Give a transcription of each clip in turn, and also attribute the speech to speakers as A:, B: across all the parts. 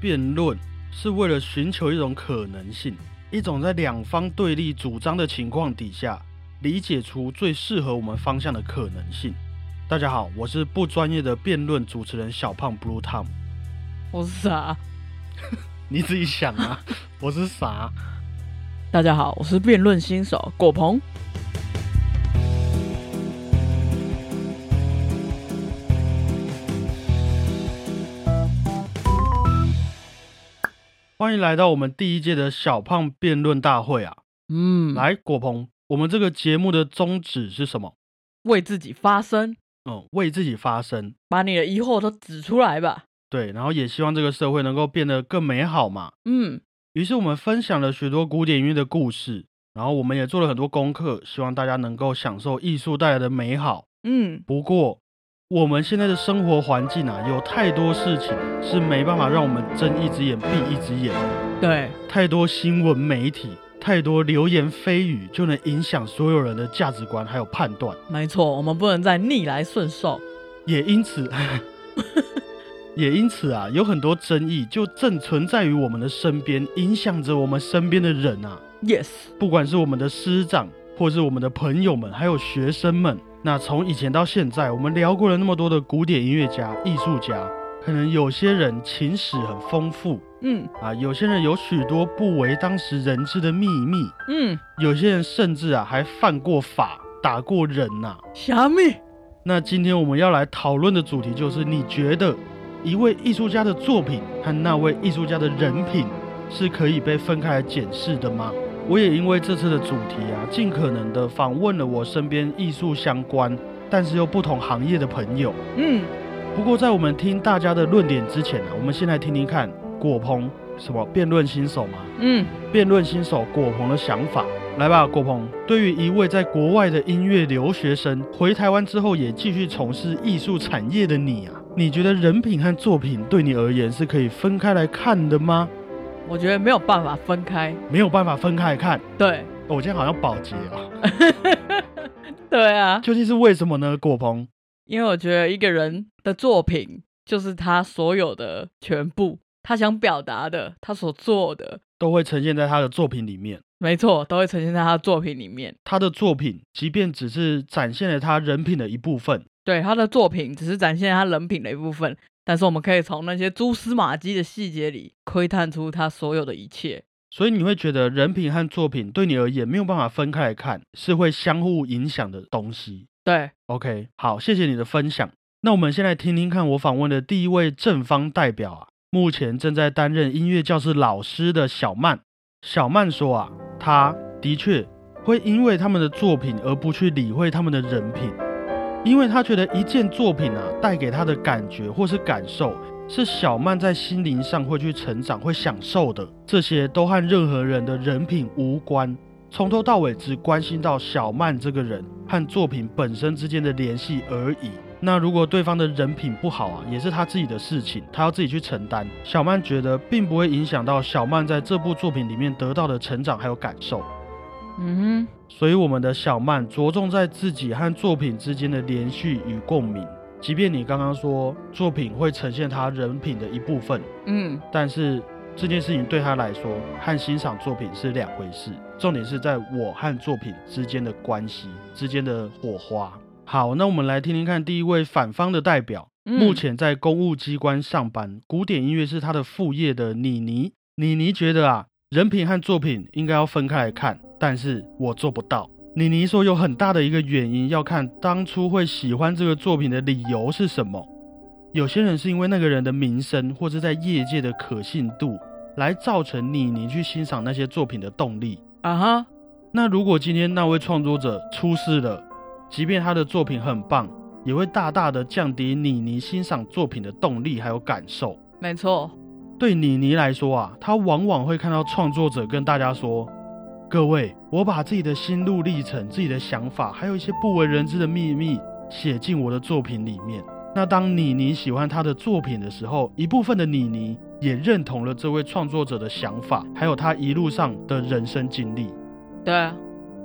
A: 辩论是为了寻求一种可能性，一种在两方对立主张的情况底下，理解出最适合我们方向的可能性。大家好，我是不专业的辩论主持人小胖 Blue Tom，
B: 我是啊傻。
A: 你自己想啊，我是傻。
B: 大家好，我是辩论新手果鹏。
A: 欢迎来到我们第一届的小胖辩论大会啊！
B: 嗯，
A: 来，果鹏，我们这个节目的宗旨是什么？
B: 为自己发声，
A: 嗯，为自己发声。
B: 把你的疑惑都指出来吧。
A: 对，然后也希望这个社会能够变得更美好嘛。
B: 嗯，
A: 于是我们分享了许多古典音乐的故事，然后我们也做了很多功课，希望大家能够享受艺术带来的美好。
B: 嗯，
A: 不过，我们现在的生活环境啊，有太多事情是没办法让我们睁一只眼闭一只眼的，
B: 对，
A: 太多新闻媒体，太多流言蜚语，就能影响所有人的价值观还有判断，
B: 没错，我们不能再逆来顺受。
A: 也因此。 也因此啊，有很多争议就正存在于我们的身边，影响着我们身边的人啊。
B: Yes，
A: 不管是我们的师长，或是我们的朋友们，还有学生们。那从以前到现在，我们聊过了那么多的古典音乐家、艺术家，可能有些人情史很丰富
B: 嗯
A: 啊，有些人有许多不为当时人知的秘密，
B: 嗯，
A: 有些人甚至啊还犯过法、打过人呐、啊
B: 虾米？
A: 那今天我们要来讨论的主题就是：你觉得一位艺术家的作品和那位艺术家的人品是可以被分开来检视的吗？我也因为这次的主题啊，尽可能的访问了我身边艺术相关，但是又不同行业的朋友。
B: 嗯，
A: 不过在我们听大家的论点之前啊，我们先来听听看果鹏什么辩论新手嘛，
B: 嗯，
A: 辩论新手果鹏的想法。来吧，果鹏，对于一位在国外的音乐留学生回台湾之后也继续从事艺术产业的你啊，你觉得人品和作品对你而言是可以分开来看的吗？
B: 我觉得没有办法分开。
A: 没有办法分开来看。
B: 对，
A: 哦我今天好像保洁啊，
B: 对啊，
A: 究竟是为什么呢？果鹏，
B: 因为我觉得一个人的作品就是他所有的全部，他想表达的，他所做的，
A: 都会呈现在他的作品里面。
B: 没错，都会呈现在他的作品里面。
A: 他的作品，即便只是展现了他人品的一部分，
B: 对他的作品只是展现他人品的一部分，但是我们可以从那些蛛丝马迹的细节里窥探出他所有的一切。
A: 所以你会觉得人品和作品对你而言没有办法分开来看，是会相互影响的东西。
B: 对，
A: OK，好，谢谢你的分享。那我们先来听听看我访问的第一位正方代表啊，目前正在担任音乐教室老师的小曼。小曼说啊，她的确会因为他们的作品而不去理会他们的人品，因为她觉得一件作品啊带给她的感觉或是感受，是小曼在心灵上会去成长、会享受的，这些都和任何人的人品无关。从头到尾只关心到小曼这个人和作品本身之间的联系而已。那如果对方的人品不好啊，也是他自己的事情，他要自己去承担。小曼觉得并不会影响到小曼在这部作品里面得到的成长还有感受。
B: 嗯哼，
A: 所以我们的小曼着重在自己和作品之间的连续与共鸣。即便你刚刚说作品会呈现他人品的一部分，
B: 嗯，
A: 但是这件事情对他来说和欣赏作品是两回事，重点是在我和作品之间的关系之间的火花。好，那我们来听听看第一位反方的代表，
B: 嗯
A: 目前在公务机关上班，古典音乐是他的副业的妮妮。妮妮觉得啊，人品和作品应该要分开来看，但是我做不到。妮妮说有很大的一个原因要看当初会喜欢这个作品的理由是什么。有些人是因为那个人的名声或是在业界的可信度，来造成妮妮去欣赏那些作品的动力。
B: 啊哈，
A: 那如果今天那位创作者出事了，即便他的作品很棒，也会大大的降低妮妮欣赏作品的动力还有感受。
B: 没错，
A: 对妮妮来说啊，她往往会看到创作者跟大家说：“各位，我把自己的心路历程、自己的想法，还有一些不为人知的秘密，写进我的作品里面。”那当妮妮喜欢他的作品的时候，一部分的妮妮也认同了这位创作者的想法，还有他一路上的人生经历。
B: 对啊，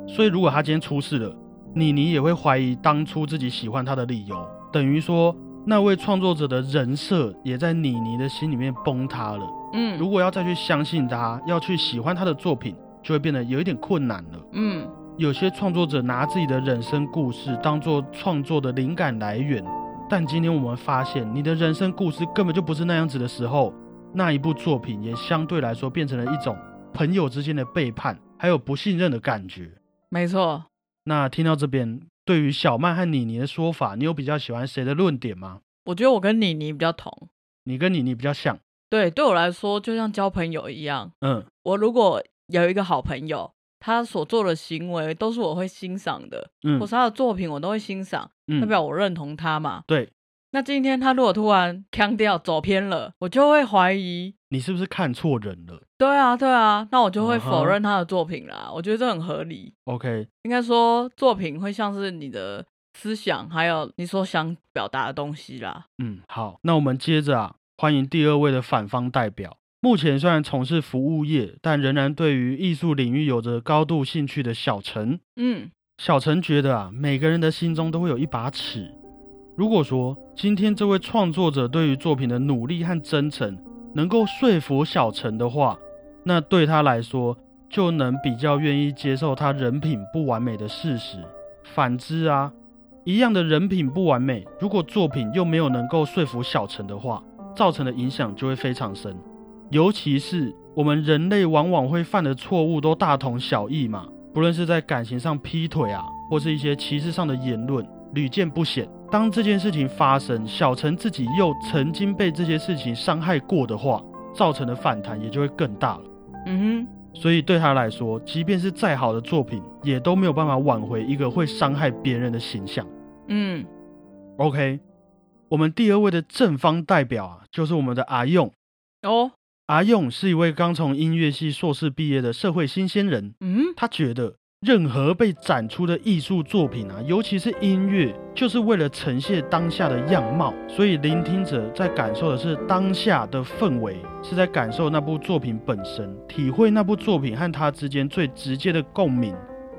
A: 所以如果他今天出事了，妮妮也会怀疑当初自己喜欢他的理由，等于说那位创作者的人设也在妮妮的心里面崩塌了。
B: 嗯，
A: 如果要再去相信他，要去喜欢他的作品，就会变得有一点困难了。
B: 嗯
A: 有些创作者拿自己的人生故事当做创作的灵感来源，但今天我们发现，你的人生故事根本就不是那样子的时候，那一部作品也相对来说变成了一种朋友之间的背叛，还有不信任的感觉。
B: 没错，
A: 那听到这边，对于小曼和妮妮的说法，你有比较喜欢谁的论点吗？
B: 我觉得我跟妮妮比较同。
A: 你跟妮妮比较像，
B: 对，对我来说就像交朋友一样，
A: 嗯，
B: 我如果有一个好朋友，他所做的行为都是我会欣赏的，
A: 嗯
B: 或是他的作品我都会欣赏，
A: 嗯，
B: 代表我认同他嘛。
A: 对
B: 那今天他如果突然腔掉走偏了，我就会怀疑。
A: 你是不是看错人了
B: 对啊，对啊，那我就会
A: 嗯
B: 否
A: 哼
B: 认他的作品啦。
A: 哦
B: 我觉得这很合理。
A: ？OK，
B: 应该说，作品会像是你的思想，还有你所想表达的东西啦。
A: 嗯，好，那我们接着啊，欢迎第二位的反方代表。目前虽然从事服务业，但仍然对于艺术领域有着高度兴趣的小陈。
B: 嗯，
A: 小陈觉得啊，每个人的心中都会有一把尺。如果说今天这位创作者对于作品的努力和真诚能够说服小陈的话，那对他来说就能比较愿意接受他人品不完美的事实。反之啊，一样的人品不完美，如果作品又没有能够说服小陈的话，造成的影响就会非常深。尤其是我们人类往往会犯的错误都大同小异嘛，不论是在感情上劈腿啊，或是一些歧视上的言论，屡见不鲜。当这件事情发生，小陈自己又曾经被这些事情伤害过的话，造成的反弹也就会更大了。
B: 嗯哼，
A: 所以对他来说，即便是再好的作品，也都没有办法挽回一个会伤害别人的形象。
B: 嗯
A: OK，我们第二位的正方代表啊，就是我们的阿用。
B: 哦，
A: 阿用是一位刚从音乐系硕士毕业的社会新鲜人，
B: 嗯
A: 他觉得任何被展出的艺术作品啊，尤其是音乐，就是为了呈现当下的样貌，所以聆听者在感受的是当下的氛围，是在感受那部作品本身，体会那部作品和他之间最直接的共鸣。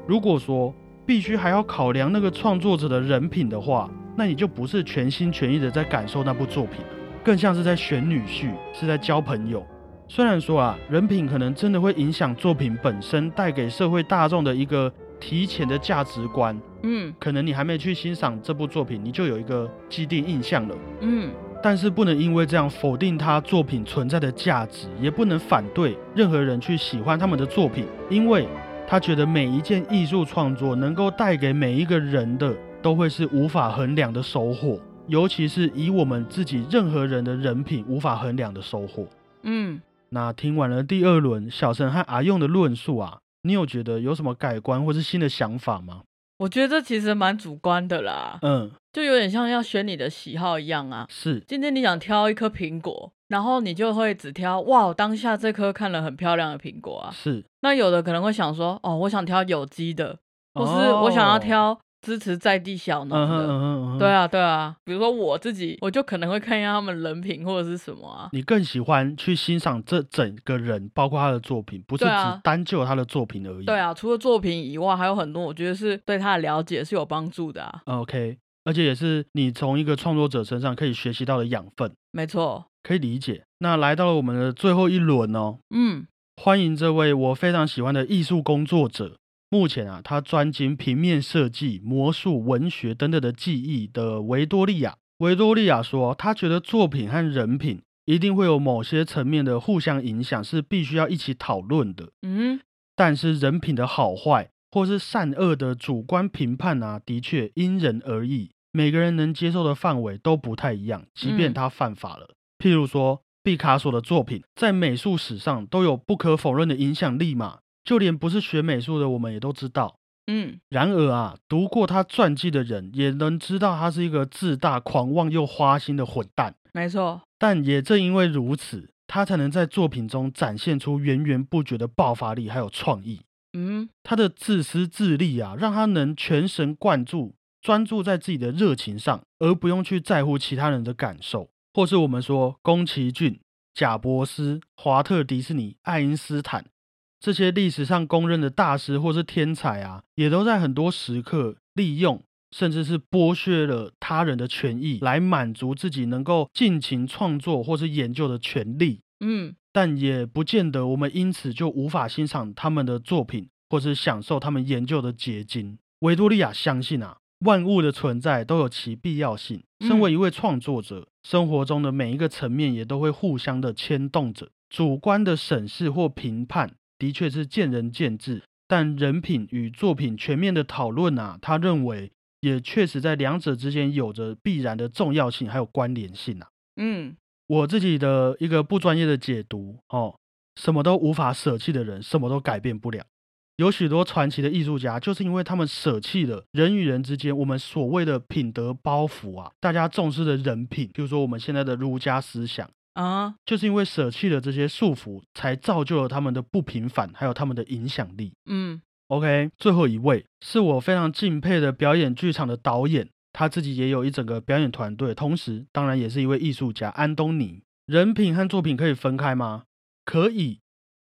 A: 如果说必须还要考量那个创作者的人品的话，那你就不是全心全意的在感受那部作品了，更像是在选女婿，是在交朋友。虽然说啊，人品可能真的会影响作品本身带给社会大众的一个提前的价值观，
B: 嗯
A: 可能你还没去欣赏这部作品，你就有一个既定印象了。
B: 嗯，
A: 但是不能因为这样否定他作品存在的价值，也不能反对任何人去喜欢他们的作品，因为他觉得每一件艺术创作能够带给每一个人的，都会是无法衡量的收获，尤其是以我们自己任何人的人品无法衡量的收获。
B: 嗯，
A: 那听完了第二轮小陈和阿用的论述啊，你有觉得有什么改观或是新的想法吗？
B: 我觉得这其实蛮主观的啦，
A: 嗯，
B: 就有点像要选你的喜好一样啊。
A: 是，
B: 今天你想挑一颗苹果，然后你就会只挑哇，当下这颗看了很漂亮的苹果啊。
A: 是，
B: 那有的可能会想说，哦，我想挑有机的，或是我想要
A: 哦，
B: 挑支持在地小农
A: 嗯哼
B: 的。
A: 嗯哼嗯哼，
B: 对，啊，对啊，比如说我自己，我就可能会看一下他们人品或者是什么啊。
A: 你更喜欢去欣赏这整个人，包括他的作品，不是
B: 对啊
A: 只单就他的作品而已。
B: 对啊，除了作品以外，还有很多我觉得是对他的了解是有帮助的啊。
A: ，OK，而且也是你从一个创作者身上可以学习到的养分，
B: 没错，
A: 可以理解。那来到了我们的最后一轮哦，
B: 嗯
A: 欢迎这位我非常喜欢的艺术工作者。目前啊，他专精平面设计、魔术、文学等等的技艺的维多利亚。维多利亚说，他觉得作品和人品一定会有某些层面的互相影响，是必须要一起讨论的。
B: 嗯
A: 但是人品的好坏，或是善恶的主观评判啊，的确因人而异，每个人能接受的范围都不太一样。即便
B: 嗯
A: 他犯法了，譬如说毕卡索的作品，在美术史上都有不可否认的影响力嘛，就连不是学美术的我们也都知道。
B: 嗯，
A: 然而啊，读过他传记的人也能知道，他是一个自大、狂妄又花心的混蛋。
B: 没错，
A: 但也正因为如此，他才能在作品中展现出源源不绝的爆发力还有创意。
B: 嗯
A: 他的自私自利啊，让他能全神贯注，专注在自己的热情上，而不用去在乎其他人的感受，或是我们说宫崎骏、贾伯斯、华特迪士尼、爱因斯坦这些历史上公认的大师或是天才啊，也都在很多时刻利用。甚至是剥削了他人的权益，来满足自己能够尽情创作或是研究的权利。
B: 嗯
A: 但也不见得我们因此就无法欣赏他们的作品，或是享受他们研究的结晶。维多利亚相信啊，万物的存在都有其必要性。身为一位创作者，生活中的每一个层面也都会互相的牵动着。主观的审视或评判的确是见仁见智，但人品与作品全面的讨论啊，他认为也确实在两者之间有着必然的重要性，还有关联性啊。
B: 嗯，
A: 我自己的一个不专业的解读哦，什么都无法舍弃的人，什么都改变不了。有许多传奇的艺术家，就是因为他们舍弃了人与人之间我们所谓的品德包袱啊，大家重视的人品，比如说我们现在的儒家思想，
B: 啊，
A: 就是因为舍弃了这些束缚，才造就了他们的不平凡，还有他们的影响力。
B: 嗯
A: OK，最后一位是我非常敬佩的表演剧场的导演，他自己也有一整个表演团队，同时当然也是一位艺术家安东尼。人品和作品可以分开吗？可以。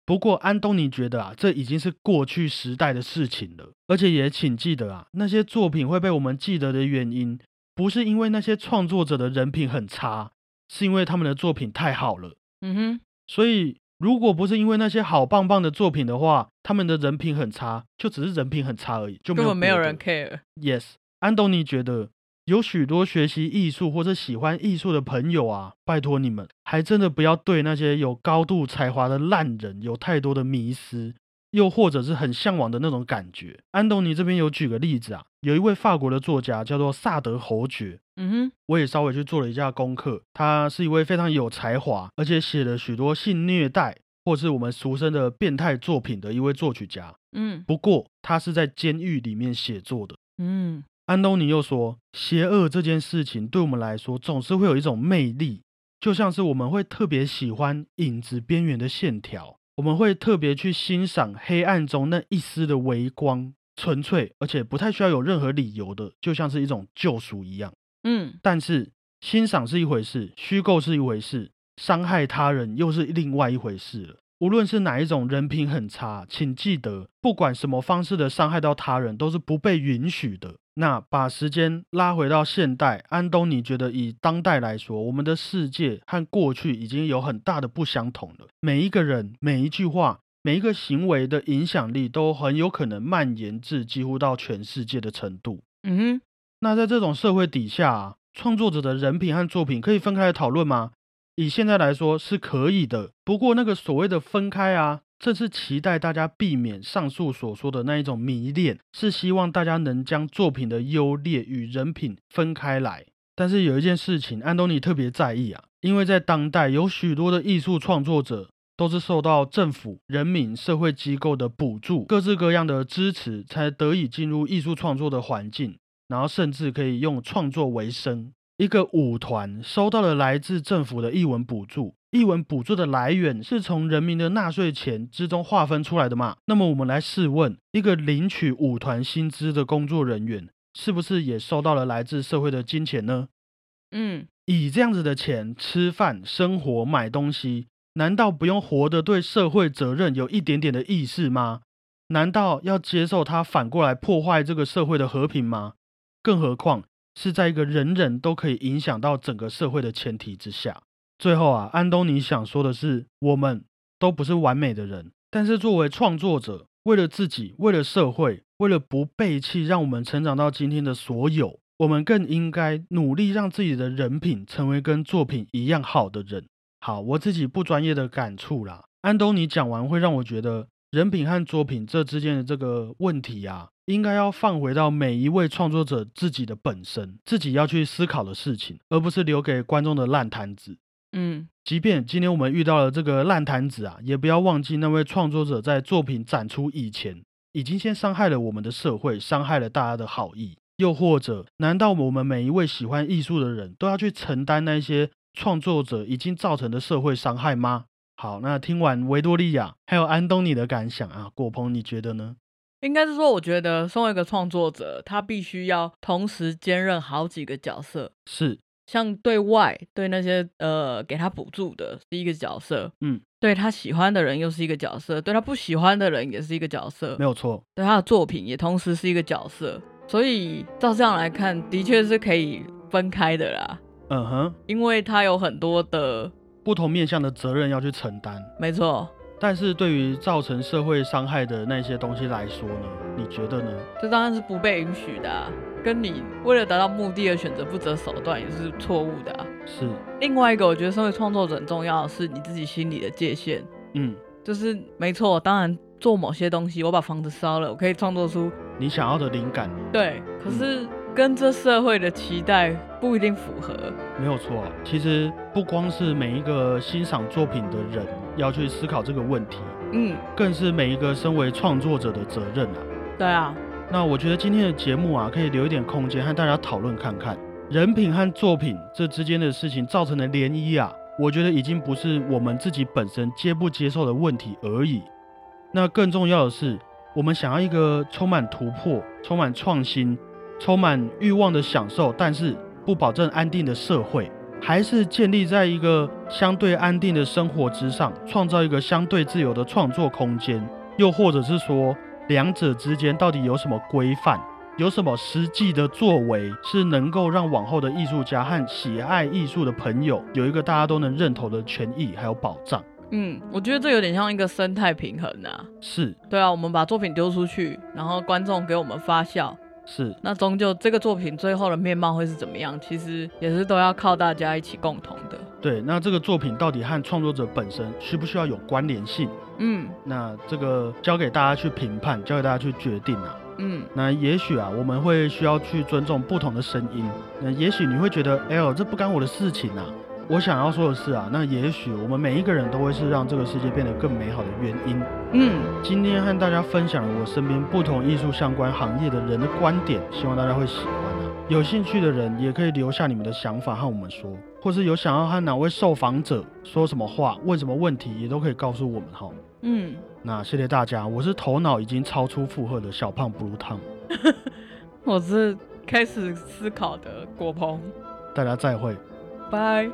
A: 不过安东尼觉得啊，这已经是过去时代的事情了，而且也请记得啊，那些作品会被我们记得的原因，不是因为那些创作者的人品很差，是因为他们的作品太好了。
B: 嗯哼，
A: 所以，如果不是因为那些好棒棒的作品的话，他们的人品很差，就只是人品很差而已，就
B: 根本没有
A: 别的
B: 人 care。
A: Yes，安东尼觉得有许多学习艺术或者喜欢艺术的朋友啊，拜托你们，还真的不要对那些有高度才华的烂人有太多的迷思，又或者是很向往的那种感觉。安东尼这边有举个例子啊，有一位法国的作家叫做萨德侯爵，
B: 嗯哼，
A: 我也稍微去做了一下功课，他是一位非常有才华，而且写了许多性虐待或是我们俗称的变态作品的一位作曲家。
B: 嗯
A: 不过，他是在监狱里面写作的。
B: 嗯
A: 安东尼又说，邪恶这件事情对我们来说总是会有一种魅力，就像是我们会特别喜欢影子边缘的线条，我们会特别去欣赏黑暗中那一丝的微光，纯粹而且不太需要有任何理由的，就像是一种救赎一样。
B: 嗯
A: 但是欣赏是一回事，虚构是一回事，伤害他人又是另外一回事了。无论是哪一种人品很差，请记得，不管什么方式的伤害到他人，都是不被允许的。那把时间拉回到现代，安东尼觉得，以当代来说，我们的世界和过去已经有很大的不相同了。每一个人、每一句话、每一个行为的影响力，都很有可能蔓延至几乎到全世界的程度。
B: 嗯哼，
A: 那在这种社会底下、啊，创作者的人品和作品可以分开来讨论吗？以现在来说是可以的，不过那个所谓的分开啊，正是期待大家避免上述所说的那一种迷恋，是希望大家能将作品的优劣与人品分开来。但是有一件事情，安东尼特别在意啊，因为在当代有许多的艺术创作者都是受到政府、人民、社会机构的补助，各式各样的支持，才得以进入艺术创作的环境。然后甚至可以用创作为生。一个舞团收到了来自政府的艺文补助，艺文补助的来源是从人民的纳税钱之中划分出来的嘛？那么我们来试问，一个领取舞团薪资的工作人员，是不是也收到了来自社会的金钱呢？
B: 嗯
A: 以这样子的钱吃饭、生活、买东西，难道不用活得对社会责任有一点点的意识吗？难道要接受它反过来破坏这个社会的和平吗？更何况是在一个人人都可以影响到整个社会的前提之下。最后啊，安东尼想说的是，我们都不是完美的人，但是作为创作者，为了自己，为了社会，为了不背弃让我们成长到今天的所有，我们更应该努力让自己的人品成为跟作品一样好的人。好，我自己不专业的感触啦。安东尼讲完会让我觉得，人品和作品这之间的这个问题啊，应该要放回到每一位创作者自己的本身，自己要去思考的事情，而不是留给观众的烂摊子。
B: 嗯
A: 即便今天我们遇到了这个烂摊子啊，也不要忘记那位创作者在作品展出以前，已经先伤害了我们的社会，伤害了大家的好意。又或者，难道我们每一位喜欢艺术的人都要去承担那些创作者已经造成的社会伤害吗？好，那听完维多利亚还有安东尼的感想啊，果鹏你觉得呢？
B: 应该是说，我觉得身为一个创作者，他必须要同时兼任好几个角色，
A: 是，
B: 像对外对那些呃给他补助的是一个角色，
A: 嗯，
B: 对他喜欢的人又是一个角色，对他不喜欢的人也是一个角色
A: 没，有错，
B: 对他的作品也同时是一个角色，所以照这样来看，的确是可以分开的啦，
A: 嗯哼，
B: 因为他有很多的
A: 不同面向的责任要去承担。
B: 没错，
A: 但是对于造成社会伤害的那些东西来说呢，你觉得呢？
B: 这当然是不被允许的、啊，跟你为了达到目的而选择不择手段也是错误的、啊。
A: 是，
B: 另外一个，我觉得身为创作者很重要的是你自己心里的界限，
A: 嗯，
B: 就是没错，当然做某些东西，我把房子烧了，我可以创作出
A: 你想要的灵感
B: 对，可是跟这社会的期待不一定符合。
A: 没有错。啊其实不光是每一个欣赏作品的人要去思考这个问题，
B: 嗯，
A: 更是每一个身为创作者的责任啊。
B: 对啊，
A: 那我觉得今天的节目啊，可以留一点空间和大家讨论看看，人品和作品这之间的事情造成的涟漪啊，我觉得已经不是我们自己本身接不接受的问题而已。那更重要的是，我们想要一个充满突破、充满创新、充满欲望的享受，但是不保证安定的社会，还是建立在一个相对安定的生活之上，创造一个相对自由的创作空间，又或者是说，两者之间到底有什么规范，有什么实际的作为是能够让往后的艺术家和喜爱艺术的朋友有一个大家都能认同的权益还有保障？
B: 嗯，我觉得这有点像一个生态平衡啊。
A: 是
B: 对啊，我们把作品丢出去，然后观众给我们发酵，
A: 是，
B: 那终究这个作品最后的面貌会是怎么样，其实也是都要靠大家一起共同的。
A: 对。那这个作品到底和创作者本身需不需要有关联性？
B: 嗯
A: 那这个交给大家去评判，交给大家去决定啊。
B: 嗯，
A: 那也许啊，我们会需要去尊重不同的声音。那也许你会觉得，哎呦，这不干我的事情啊。我想要说的是啊，那也许我们每一个人都会是让这个世界变得更美好的原因。
B: 嗯，
A: 今天和大家分享了我身边不同艺术相关行业的人的观点，希望大家会喜欢啊。有兴趣的人也可以留下你们的想法和我们说，或是有想要和哪位受访者说什么话、问什么问题，也都可以告诉我们哈。
B: 嗯，
A: 那谢谢大家，我是头脑已经超出负荷的小胖 Blue Tom，
B: 我是开始思考的果鹏，
A: 大家再会。
B: 拜。